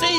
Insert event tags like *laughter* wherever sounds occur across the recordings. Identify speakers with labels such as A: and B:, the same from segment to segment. A: 你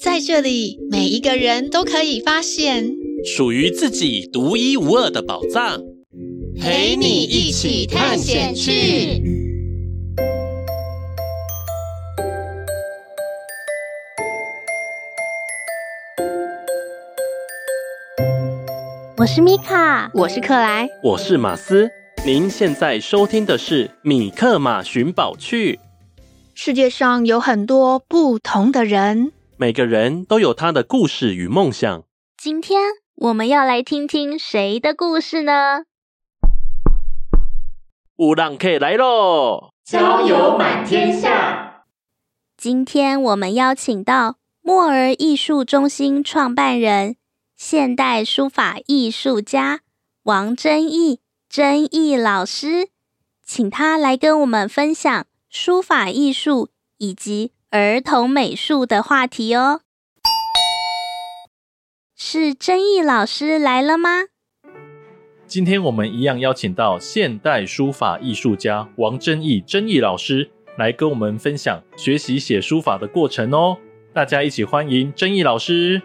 B: 在这里，每一个人都可以发现
A: 属于自己独一无二的宝藏。
C: 陪你一起探险去。
D: 我是米卡，
B: 我是克莱，
A: 我是马斯。您现在收听的是《米克马寻宝趣》。
B: 世界上有很多不同的人，
A: 每个人都有他的故事与梦想。
D: 今天我们要来听听谁的故事呢？
A: 乌浪 K 来喽！
E: 交友满天下。
D: 今天我们邀请到莫尔艺术中心创办人。现代书法艺术家王真义，真义老师，请他来跟我们分享书法艺术以及儿童美术的话题哦。是真义老师来了吗？
A: 今天我们一样邀请到现代书法艺术家王真义，真义老师来跟我们分享学习写书法的过程哦。大家一起欢迎真义老师。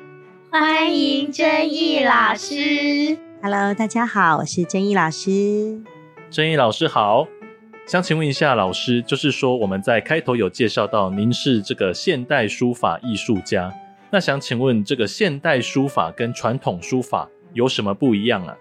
F: 欢迎真义老师。
G: Hello，大家好，我是真义老师。
A: 真义老师好，想请问一下老师，就是说我们在开头有介绍到您是这个现代书法艺术家，那想请问这个现代书法跟传统书法有什么不一样啊？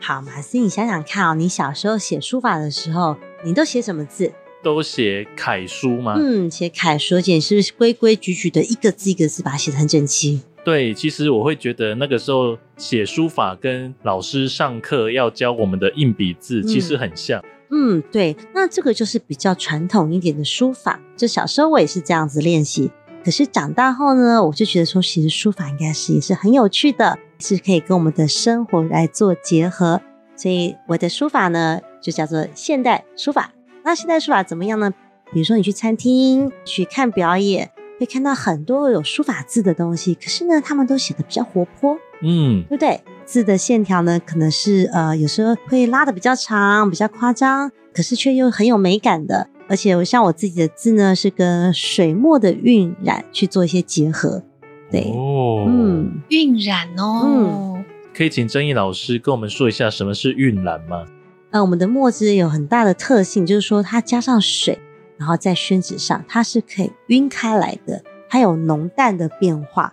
G: 好，马斯，你想想看哦，你小时候写书法的时候，你都写什么字？
A: 都写楷书吗？
G: 嗯，写楷书，而且是规规矩矩的一个字一个字把它写得很整齐。
A: 对，其实我会觉得那个时候写书法跟老师上课要教我们的硬笔字其实很像。
G: 嗯，对，那这个就是比较传统一点的书法。就小时候我也是这样子练习，可是长大后呢，我就觉得说，其实书法应该是也是很有趣的，是可以跟我们的生活来做结合。所以我的书法呢，就叫做现代书法。那现代书法怎么样呢？比如说你去餐厅去看表演。会看到很多有书法字的东西，可是呢，他们都写的比较活泼，
A: 嗯，
G: 对不对？字的线条呢，可能是呃，有时候会拉的比较长，比较夸张，可是却又很有美感的。而且我像我自己的字呢，是跟水墨的晕染去做一些结合，对，
A: 哦，
G: 嗯，
B: 晕染哦。嗯，
A: 可以请曾毅老师跟我们说一下什么是晕染吗？
G: 呃，我们的墨汁有很大的特性，就是说它加上水。然后在宣纸上，它是可以晕开来的，它有浓淡的变化。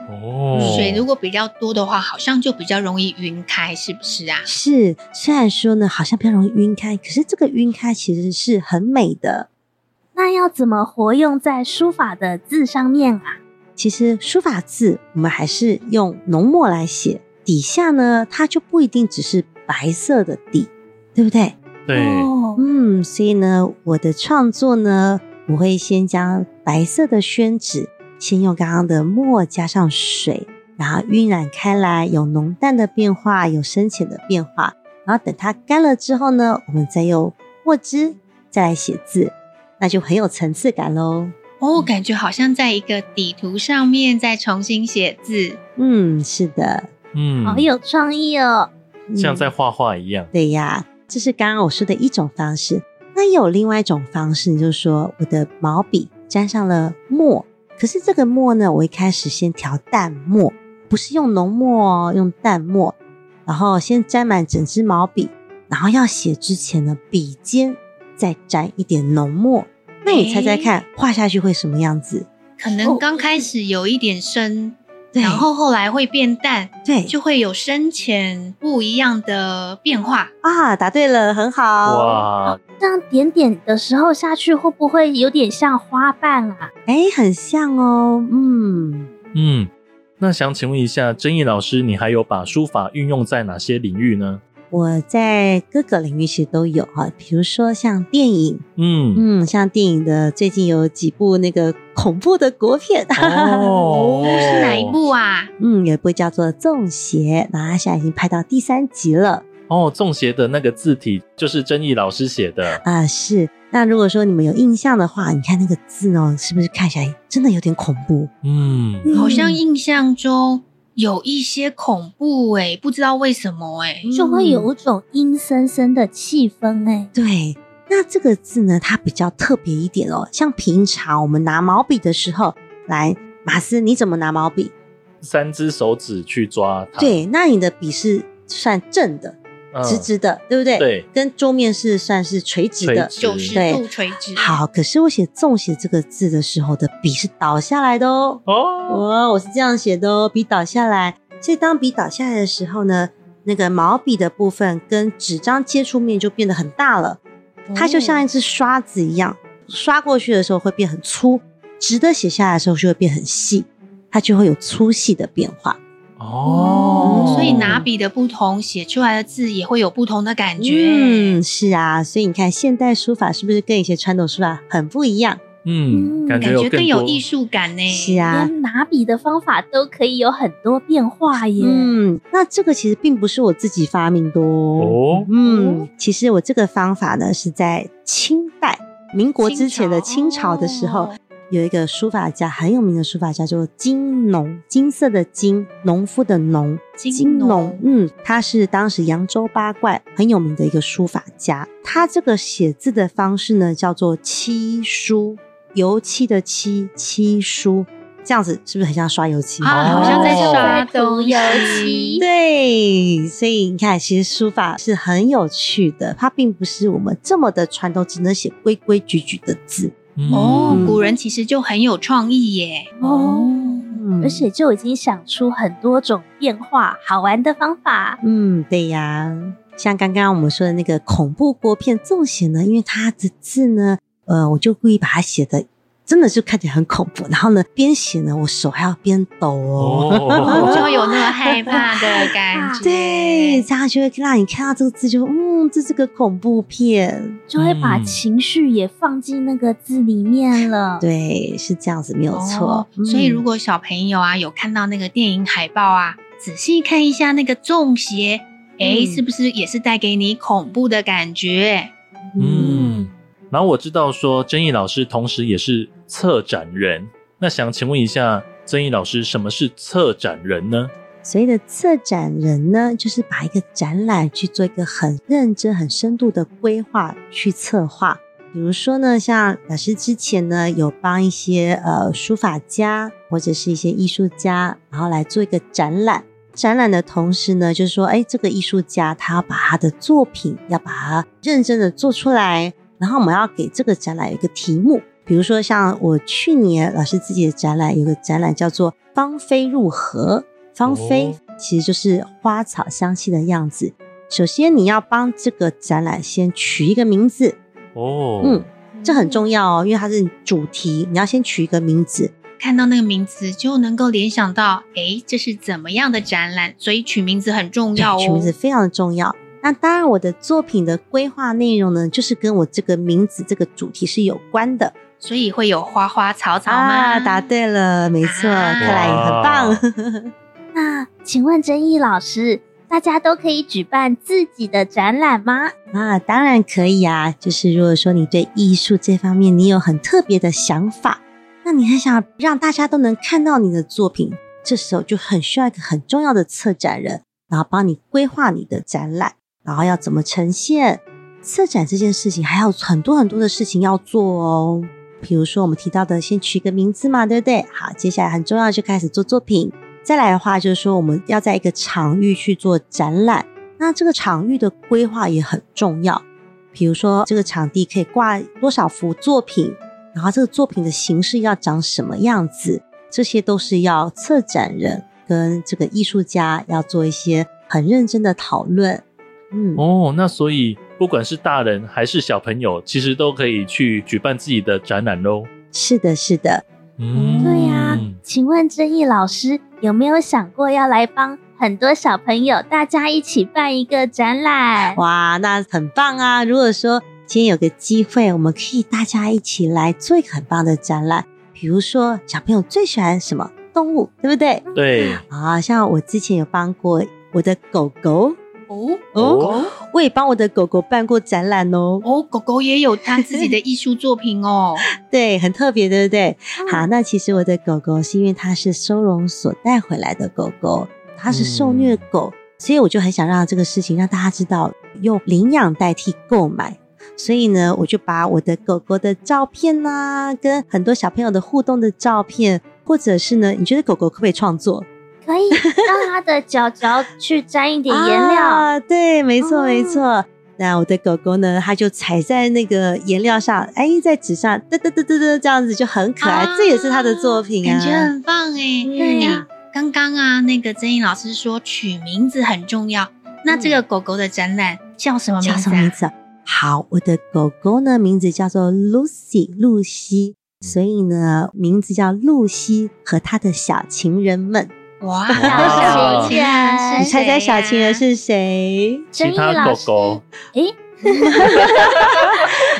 A: 哦，
G: 嗯
B: 水如果比较多的话，好像就比较容易晕开，是不是啊？
G: 是，虽然说呢，好像比较容易晕开，可是这个晕开其实是很美的。
D: 那要怎么活用在书法的字上面啊？
G: 其实书法字我们还是用浓墨来写，底下呢它就不一定只是白色的底，对不对？
A: 对。
D: 哦，
G: 嗯，所以呢，我的创作呢，我会先将白色的宣纸，先用刚刚的墨加上水，然后晕染开来，有浓淡的变化，有深浅的变化。然后等它干了之后呢，我们再用墨汁再来写字，那就很有层次感喽。
B: 哦，感觉好像在一个底图上面再重新写字。
G: 嗯，是的，
A: 嗯，
D: 好有创意哦！
G: 嗯
A: 像在画画一样。
G: 对呀，这是刚刚我说的一种方式。那有另外一种方式，就是说我的毛笔沾上了墨，可是这个墨呢，我一开始先调淡墨，不是用浓墨哦，用淡墨，然后先沾满整支毛笔，然后要写之前呢，笔尖再沾一点浓墨。那你猜猜看，画下去会什么样子？
B: 可能刚开始有一点深，
G: 对
B: 然后后来会变淡，
G: 对，
B: 就会有深浅不一样的变化。
G: 啊，答对了，很好。
A: 哇，
D: 这样点点的时候下去，会不会有点像花瓣啊？
G: 哎，很像哦，嗯。
A: 嗯，那想请问一下，曾毅老师，你还有把书法运用在哪些领域呢？
G: 我在各个领域其实都有哈，比如说像电影，
A: 嗯，
G: 嗯，像电影的最近有几部那个恐怖的国片，
A: 哦，
F: 是哪一？部啊？
G: *laughs* 嗯，有一部叫做《中邪》，然后它现在已经拍到第三集了
A: 哦，中邪的那个字体就是真义老师写的，
G: 啊、是。那如果说你们有印象的话，你看那个字哦，是不是看起来真的有点恐怖？
A: 嗯，
B: 好像印象中有一些恐怖诶、不知道为什么哎诶、
D: 就会有一种阴森森的气氛哎、
G: 嗯对，那这个字呢，它比较特别一点哦。像平常我们拿毛笔的时候，来，马斯，你怎么拿毛笔？
A: 三只手指去抓它，
G: 对，那你的笔是算正的，
A: 嗯，
G: 直直的，对不对？
A: 对，
G: 跟桌面是算是垂直
A: 垂
G: 的。
A: 直，
B: 九十
G: 对
B: 度垂直。
G: 好，可是我写“纵写”这个字的时候的笔是倒下来的哦。
A: 哦，
G: 我我是这样写的哦，笔倒下来。所以当笔倒下来的时候呢，那个毛笔的部分跟纸张接触面就变得很大了。
D: 哦
G: 它就像一只刷子一样，刷过去的时候会变很粗，直的写下来的时候就会变很细，它就会有粗细的变化。
A: 哦，
B: 所以拿笔的不同，写出来的字也会有不同的感觉。
G: 嗯，是啊，所以你看现代书法是不是跟以前传统书法很不一样？
A: 嗯，
D: 嗯
A: 感觉
B: 感
A: 有
B: 觉更
A: 多
B: 有艺，术感呢、
G: 是啊，
D: 连拿笔的方法都可以有很多变化耶。
G: 嗯，那这个其实并不是我自己发明的哦。
A: 哦，
G: 嗯，其实我这个方法呢是在清代、民国之前的清朝的时候
B: 哦，
G: 有一个书法家很有名的书法家叫做金农，金色的金，农夫的农，
B: 金农
G: 嗯，他是当时扬州八怪很有名的一个书法家。他这个写字的方式呢，叫做漆书，油漆的漆，漆书，这样子是不是很像刷油漆？
B: 啊，好像在
A: 哦
B: 刷
D: 涂
B: 东
D: 油漆，
B: 西。
G: 对，所以你看，其实书法是很有趣的，它并不是我们这么的传统，只能写规规矩矩的字。
A: 嗯
B: 哦，古人其实就很有创意耶。
D: 哦，
G: 嗯
D: 而且就已经想出很多种变化、好玩的方法。
G: 嗯，对呀，像刚刚我们说的那个恐怖国片纵写呢，因为它的字呢，呃，我就故意把它写的真的就看起来很恐怖，然后呢，边写呢，我手还要边抖哦。
A: 哦，
B: *laughs* 就有那个害怕的感觉。
G: *laughs* 对，这样就会让你看到这个字就，嗯，这是个恐怖片，
D: 就会把
A: 嗯
D: 情绪也放进那个字里面了。，
G: 对，是这样子，没有错嗯
B: 哦。所以如
G: 果
B: 果小朋友啊有看到那个电影海报啊，仔细看一下那个中邪，诶，
G: 嗯
B: 是不是也是带给你恐怖的感觉？
A: 嗯，然后我知道说曾毅老师同时也是策展人，那想请问一下曾毅老师，什么是策展人呢？
G: 所谓的策展人呢，就是把一个展览去做一个很认真、很深度的规划去策划。比如说呢，像老师之前呢有帮一些呃书法家或者是一些艺术家，然后来做一个展览。展览的同时呢，就是说，哎，这个艺术家他要把他的作品要把它认真的做出来，然后我们要给这个展览有一个题目。比如说，像我去年老师自己的展览，有个展览叫做“芳菲入荷”，芳菲其实就是花草香气的样子。首先，你要帮这个展览先取一个名字，
A: 哦，
G: 嗯，这很重要哦，因为它是主题，你要先取一个名字。
B: 看到那个名字就能够联想到，诶，这是怎么样的展览？所以取名字很重要
G: 取名字
B: 哦。
G: 非常的重要。那当然，我的作品的规划内容呢，就是跟我这个名字、这个主题是有关的
B: 所以会有花花草草
G: 啊。
B: 吗？
G: 答对了，没错，
B: 啊
G: 看来你很棒。
D: 那请问真毅老师，大家都可以举办自己的展览吗？
G: 啊，当然可以啊。就是如果说你对艺术这方面你有很特别的想法，那你很想让大家都能看到你的作品，这时候就很需要一个很重要的策展人，然后帮你规划你的展览，然后要怎么呈现。策展这件事情还有很多很多的事情要做哦。比如说我们提到的，先取一个名字嘛，对不对？好，接下来很重要就开始做作品。再来的话，就是说我们要在一个场域去做展览。那这个场域的规划也很重要，比如说这个场地可以挂多少幅作品，然后这个作品的形式要长什么样子，这些都是要策展人跟这个艺术家要做一些很认真的讨论。嗯，
A: 哦，那所以不管是大人还是小朋友，其实都可以去举办自己的展览喽。
G: 是的，是的，
A: 嗯
D: 对呀、请问真毅老师有没有想过要来帮很多小朋友大家一起办一个展览。
G: 哇，那很棒啊！如果说今天有个机会，我们可以大家一起来做一个很棒的展览，比如说小朋友最喜欢什么动物，对不对？
A: 对，
G: 啊，像我之前有帮过我的狗狗
B: 哦
A: 哦，
G: 我也帮我的狗狗办过展览哦。
B: 哦，狗狗也有它自己的艺术作品哦。
G: 对，很特别，对不对？好，那其实我的狗狗是因为它是收容所带回来的狗狗，它是受虐狗，所以我就很想让这个事情让大家知道，用领养代替购买。所以呢，我就把我的狗狗的照片呐、跟很多小朋友的互动的照片，或者是呢，你觉得狗狗可不可以创作？
D: 可以让它的脚脚去沾一点颜
A: *laughs*
D: 料，
G: 啊，对，没错，
D: 哦
G: 没错。那我的狗狗呢，它就踩在那个颜料上，哎，在纸上嘚嘚嘚嘚嘚这样子就很 *laughs* 可爱，
B: 啊
G: 这也是它的作品啊。嗯
B: 感觉很棒哎。
D: 对
B: 哎刚刚啊，那个曾颖老师说取名字很重要，那这个狗狗的展览叫什么
G: 嗯
B: 名
G: 叫
B: 字
G: 什么名
B: 啊？
G: 字啊？好，我的狗狗呢，名字叫做 Lucy 露西，所以呢，名字叫露西和她的小情人们。
B: 哇，
A: 哇
B: 小啊情人是谁呀，
G: 你猜猜小情人是谁？ *laughs*
D: 真
A: 其
D: 毅
A: 他
D: 老
A: 狗哦
D: 师，
A: 狗
D: 诶，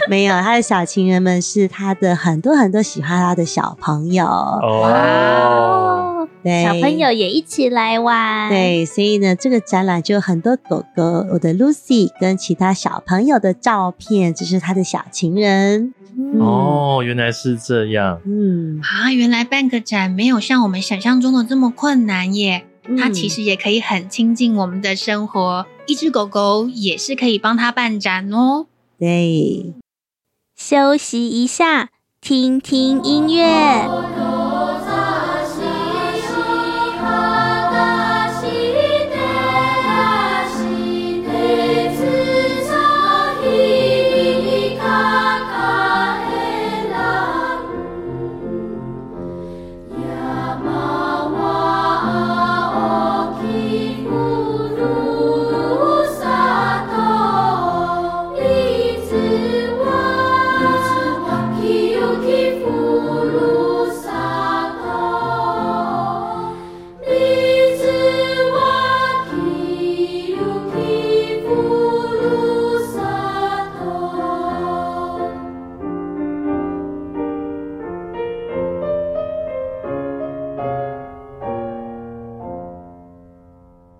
G: 没有，她的小情人们是她的很多很多喜欢她的小朋友。
A: 哦，
D: 哦，
G: 对，
D: 小朋友也一起来玩，，
G: 对，所以呢，这个展览就有很多狗狗，我的 Lucy 跟其他小朋友的照片，这是他的小情人。嗯
A: 哦，原来是这样，
G: 嗯，
B: 啊，原来办个展没有像我们想象中的这么困难耶。它
G: 嗯
B: 其实也可以很亲近我们的生活，一只狗狗也是可以帮它办展哦。
G: 对，
D: 休息一下，听听音乐。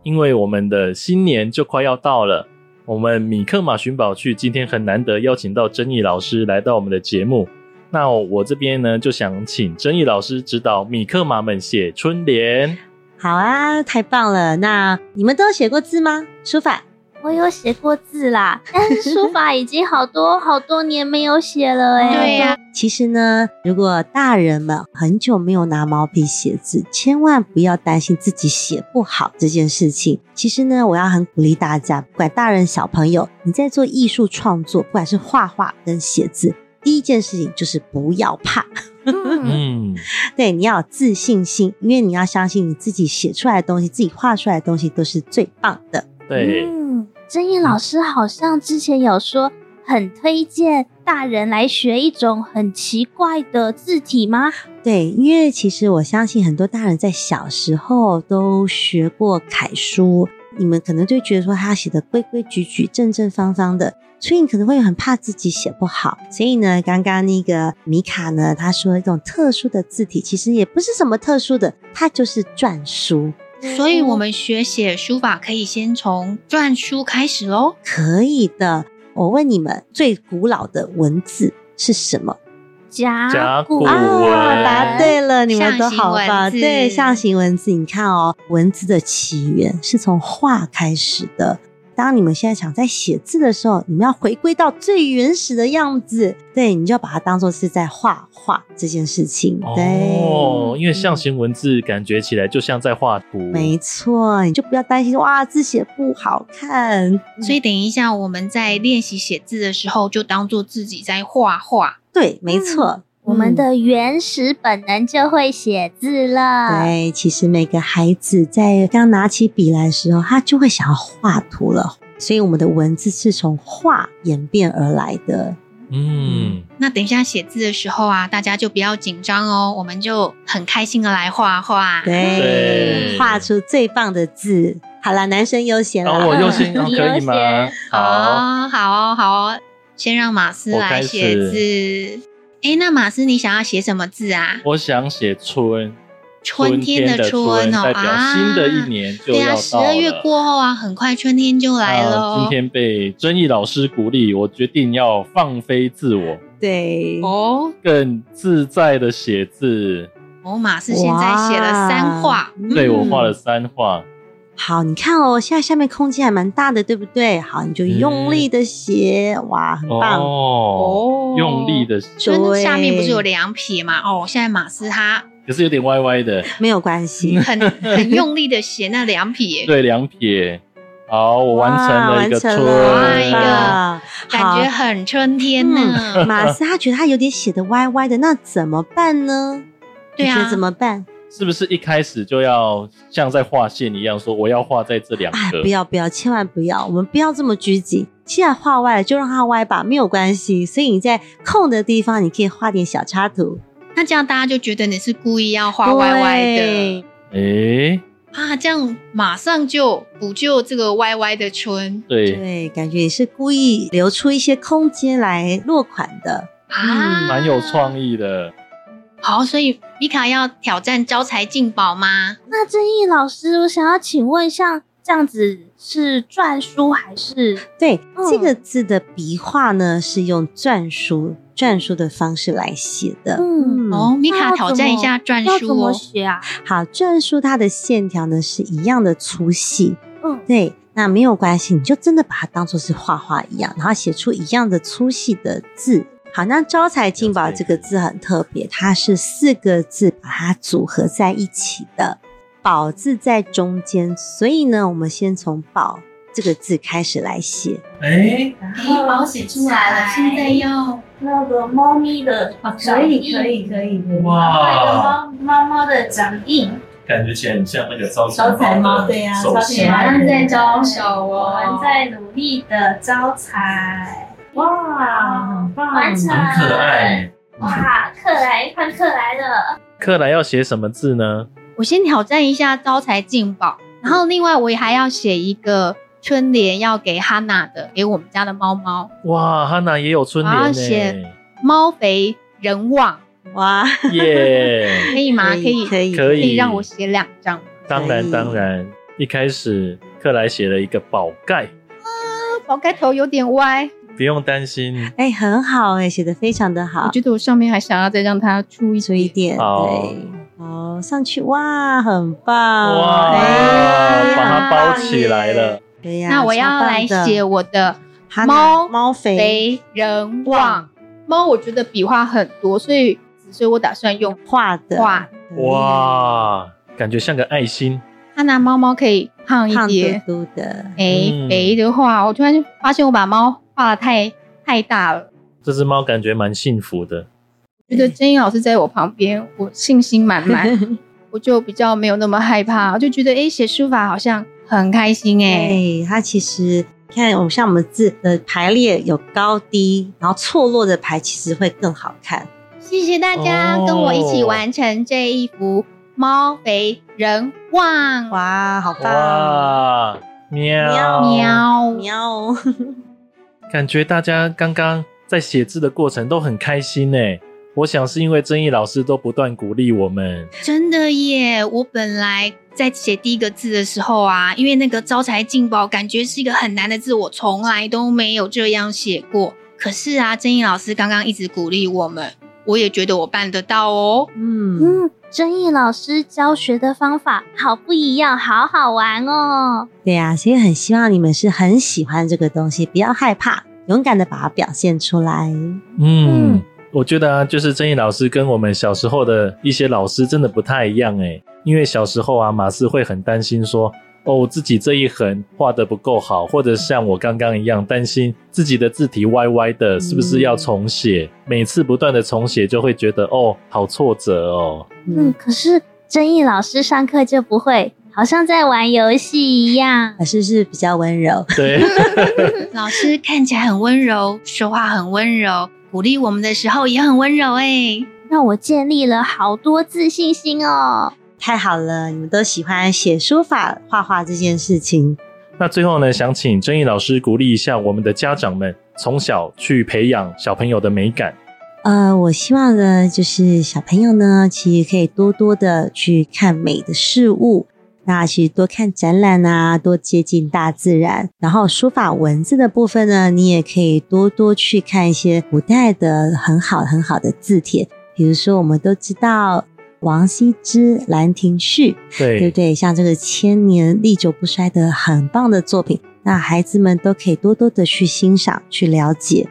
A: 因为我们的新年就快要到了，我们米克马寻宝趣今天很难得邀请到真毅老师来到我们的节目。那我这边呢，就想请真毅老师指导米克马们写春联。
G: 好啊，太棒了！那你们都有写过字吗？书法
D: 我有写过字啦，但是书法已经好多好多年没有写
B: *laughs*
D: 了哎、
G: 啊
B: 对啊呀、
G: 其实呢，如果大人们很久没有拿毛笔写字，千万不要担心自己写不好这件事情。其实呢，我要很鼓励大家，不管大人小朋友，你在做艺术创作，不管是画画跟写字，第一件事情就是不要怕，
D: 嗯，
A: 嗯，
G: 对，你要有自信心，因为你要相信你自己写出来的东西，自己画出来的东西都是最棒的。
A: 对，
D: 嗯，曾毅老师好像之前有说，很推荐大人来学一种很奇怪的字体吗？
G: 对，因为其实我相信很多大人在小时候都学过楷书，你们可能就会觉得说他写的规规矩矩、正正方方的，所以你可能会很怕自己写不好。所以呢，刚刚那个米卡呢，他说一种特殊的字体，其实也不是什么特殊的，它就是篆书。
B: 所
D: 嗯
B: 以我们学写书法可以先从篆书开始喽。
G: 可以的，我问你们，最古老的文字是什么？
D: 甲
A: 甲
D: 骨
A: 骨文
G: 啊，答对了，你们
B: 象
G: 都
B: 形
G: 好
B: 文
G: 棒。
B: 字
G: 对，象形文字，你看哦，文字的起源是从画开始的。当你们现在想在写字的时候，你们要回归到最原始的样子，对，你就要把它当做是在画画这件事情。对，
A: 哦，因为象形文字感觉起来就像在画图，
G: 没错，你就不要担心哇，字写不好
D: 嗯
G: 看。
B: 所以等一下我们在练习写字的时候，就当做自己在画画。
G: 对，没错，
D: 我们
G: 嗯
D: 的原始本能就会写
A: 呃
D: 字了。
G: 对，哎其实每个孩子在刚拿起笔来的时候，他就会想要画图了，所以我们的文字是从画演变而来的。
A: 嗯，
B: 那等一下写字的时候啊，大家就不要紧张哦，我们就很开心的来画画。
A: 对
G: 对，画出最棒的字。好啦，男生优先
A: 然
G: 啦。
A: 后我优先，哦
D: 你
A: 可以
D: 优
A: 吗
D: 先？
A: 好，
B: 哦，好哦，好哦，先让马斯
A: 我开
B: 来
A: 始
B: 写字。哎，那马斯，你想要写什么字啊？
A: 我想写春，
B: 春天的
A: 春
B: 春哦
A: 代表
B: 啊
A: 新的一年就
B: 对
A: 要到
B: 啊，
A: 了。
B: 十二月过后啊，很快春天就来了
A: 那
B: 哦。
A: 今天被曾毅老师鼓励，我决定要放飞自我，
G: *laughs* 对，
B: 哦
A: 更自在的写字。
B: 哦，马斯现在写了三画，嗯
A: 对我画了三画，
G: 好，你看哦，现在下面空间还蛮大的，对不对？好，你就用力的写，哇，很棒。
A: 哦，
B: 哦
A: 用力。的，
B: 所以下面不是有
G: 对
B: 两撇嘛？哦，现在马斯他
A: 可是有点歪歪的，
G: 没有关系，
B: 很很用力的写那两撇，
A: 对，两撇。好， *laughs* 我完成
G: 哇
A: 了一个
G: 完
A: 春，
G: 成
B: 哇一个
G: 了，
B: 感觉很春天呢。
A: 嗯
G: 好马斯他觉得他有点写的歪歪的，那怎么办呢？
B: 对啊
G: 你觉得怎么办？
A: 是不是一开始就要像在画线一样，说我要画在这两
B: 啊
G: 哎，
A: 个？
G: 不要不要，千万不要，我们不要这么拘谨。既然画歪了，就让它歪吧，没有关系。所以你在空的地方，你可以画点小插图，
B: 那这样大家就觉得你是故意要画歪歪的
G: 对。
A: 诶、
B: 啊，这样马上就补救这个歪歪的春
A: 对，
G: 对，感觉你是故意留出一些空间来落款的。
B: 啊，
A: 嗯蛮有创。意的。
B: 好，所以米卡要挑战招财进宝吗？
D: 那正义老师，我想要请问一下，这样子是篆书还是？
G: 对，
D: 嗯
G: 这个字的笔画呢是用篆书篆书的方式来写的。
D: 嗯
B: 哦，米
D: 那
B: 卡
D: 要
B: 挑
D: 怎
B: 战一
D: 么
B: 下篆
D: 要怎
B: 书
D: 么
B: 哦。
D: 写啊？
G: 好，篆书它的线条呢是一样的粗细，
D: 嗯，
G: 对，那没有关系，你就真的把它当做是画画一样，然后写出一样的粗细的字。好，那招财进宝这个字很特别，它是四个字把它组合在一起的，宝字在中间，所以呢，我们先从宝这个字开始来写。
A: 诶、
F: 哎，把我写出来了，现在要
H: 那个猫咪的
B: 哦
F: 可以可以
H: 可哦以，
A: 哇，
H: 猫猫的掌印，
A: 感觉起来很像那个招
H: 招财猫对呀
A: 手
H: 招
A: 势
H: 财
F: 马上在招手
H: 我
F: 哦
H: 们，在努力的招财，哇，很棒
F: 完成
H: 很可
A: 爱。
H: 哇，克莱换克莱了，
A: 克莱要写什么字呢？
B: 我先挑战一下招财进宝，然后另外我也还要写一个春联，要给哈娜的，给我们家的猫猫，
A: 哇，哈娜也有春
B: 我
A: 联
B: 要
A: 呢
B: 写，猫肥人旺，
G: 哇，
A: 耶！
B: *laughs* 可以吗？可以，
G: 可以
A: 可
B: 可
A: 以
B: 以让我写两张吗。
A: 当然当然，一开始克莱写了一个宝盖，
B: 宝盖头有点歪，
A: 不用担心。
G: 哎、很好哎、写的非常的
B: 我
G: 好，
B: 觉得我上面还想要再让它出一
G: 注一点，
A: 好
G: 对，好，上去，哇，很棒，
A: 哇，
G: 哎
A: 把它包起来，
G: 很棒耶
A: 了，
G: 对呀、
B: 那我要
G: 超棒
B: 来
G: 的
B: 写我的
G: 哈娜
B: 猫
G: 猫肥
B: 肥人旺猫，我觉得笔画很多，所以所以我打算用
G: 画的
B: 画。
A: 哇，感觉像个爱心。
B: 哈娜猫猫可以胖一
G: 胖嘟
B: 点。
G: 嘟的，
B: 哎
A: 嗯，
B: 肥的话，我突然发现我把猫画的太太大了。
A: 这只猫感觉蛮幸福的。
B: 觉
G: *laughs*
B: 得真英老师在我旁边，我信心满满，我就比较没有那么害怕，我就觉得哎，写书法好像很开心哎。
G: 哎，它其实看我们像我们字的排列有高低，然后错落的排其实会更好看。
B: 谢谢大家
A: 哦
B: 跟我一起完成这一幅猫肥人旺
G: 哇，好棒！
A: 哇，喵
G: 喵
B: 喵
G: 喵哦，
A: 感觉大家刚刚在写字的过程都很开心呢。我想是因为曾毅老师都不断鼓励我们，
B: 真的耶！我本来在写第一个字的时候啊，因为那个招财进宝感觉是一个很难的字，我从来都没有这样写过。可是啊，曾毅老师刚刚一直鼓励我们，我也觉得我办得到哦。
G: 嗯，
D: 嗯，正义老师教学的方法好不一样，好好玩哦。
G: 对呀、所以很希望你们是很喜欢这个东西，不要害怕，勇敢的把它表现出来。
A: 嗯，
D: 嗯
A: 我觉得啊，就是曾毅老师跟我们小时候的一些老师真的不太一样诶，因为小时候啊，马斯会很担心说，哦，我自己这一横画的不够好，或者像我刚刚一样担心自己的字体歪歪的，是不是要重写？每次不断的重写，就会觉得哦，好挫折哦。
D: 嗯，，可是正义老师上课就不会，好像在玩游戏一样。
G: 老师是比较温柔，
A: 对，
B: 老师看起来很温柔，说话很温柔，鼓励我们的时候也很温柔哎、
D: 让我建立了好多自信心哦。
G: 太好了，你们都喜欢写书法、画画这件事情。
A: 那最后呢，想请真毅老师鼓励一下我们的家长们，从小去培养小朋友的美感。
G: 呃，我希望呢，就是小朋友呢，其实可以多多的去看美的事物，那其实多看展览啊，多接近大自然。然后书法文字的部分呢，你也可以多多去看一些古代的很好很好的字帖，比如说我们都知道王羲之《兰亭序》，对
A: 对
G: 不对？像这个千年历久不衰的很棒的作品，那孩子们都可以多多的去欣赏、去了解。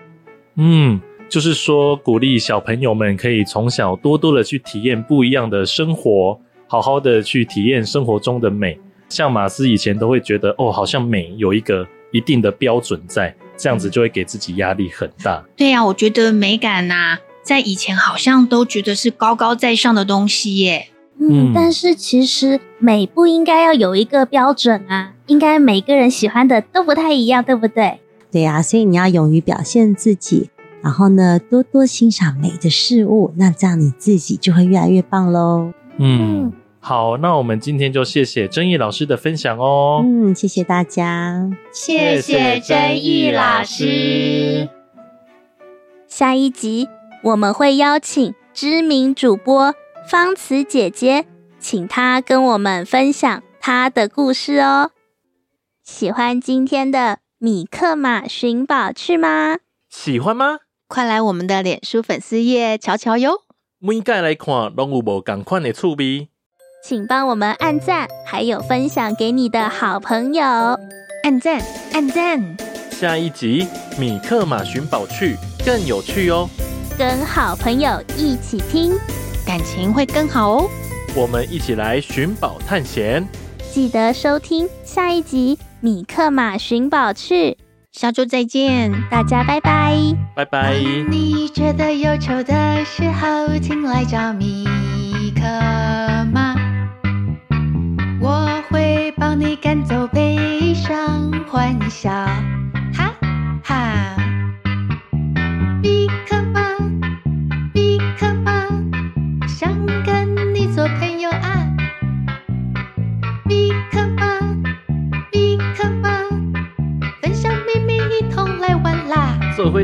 A: 嗯，就是说鼓励小朋友们可以从小多多的去体验不一样的生活，好好的去体验生活中的美。像马斯以前都会觉得，哦，好像美有一个一定的标准在，这样子就会给自己压力很大。
B: 对啊呀、我觉得美感呐、在以前好像都觉得是高高在上的东西耶。
A: 嗯
D: 嗯，但是其实美不应该要有一个标准啊，应该每个人喜欢的都不太一样，对不对？
G: 对呀、所以你要勇于表现自己，然后呢，多多欣赏美的事物，那这样你自己就会越来越棒喽。
A: 嗯，好，那我们今天就谢谢真毅老师的分享哦。
G: 嗯，谢谢大家。
F: 谢谢真毅老师。
D: 下一集我们会邀请知名主播方慈姐姐，请她跟我们分享她的故事哦。喜欢今天的米克马寻宝趣吗？
A: 喜欢吗？
I: 快来我们的脸书粉丝页瞧瞧哟！
A: 每届来看拢有无同款的趣味。
D: 请帮我们按赞，还有分享给你的好朋友。
I: 按赞，按赞，
A: 下一集米克马寻宝趣更有趣哦，
D: 跟好朋友一起听，
I: 感情会更好哦。
A: 我们一起来寻宝探险。
D: 记得收听下一集《米克马寻宝去》，
I: 下周再见。
D: 大家拜拜。
A: 拜拜。
F: 你觉得忧愁的时候，请来找米克马，我会帮你赶走悲伤，欢笑，哈哈。米克马，米克马，想跟你做朋友啊。米克马，米克马，分享秘密，一同来玩啦。
A: 做回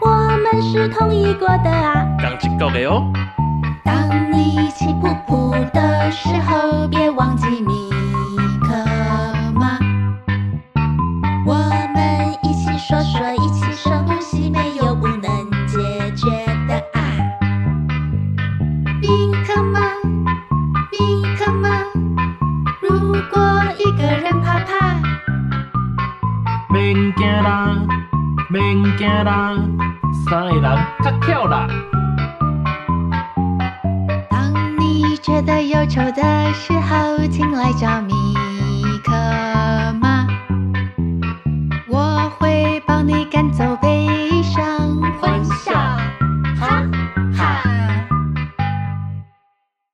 D: 我们是同一国的啊。
A: 讲一个的哦。
F: 当你气噗噗的时候，别忘记米克马。我们一起说说，一起深呼吸，没有不能解决的啊。米克马，米克马，如果一个人怕怕。
A: 免惊啦，免惊啦，三个人较巧啦。
F: 当你觉得忧愁的时候，请来找米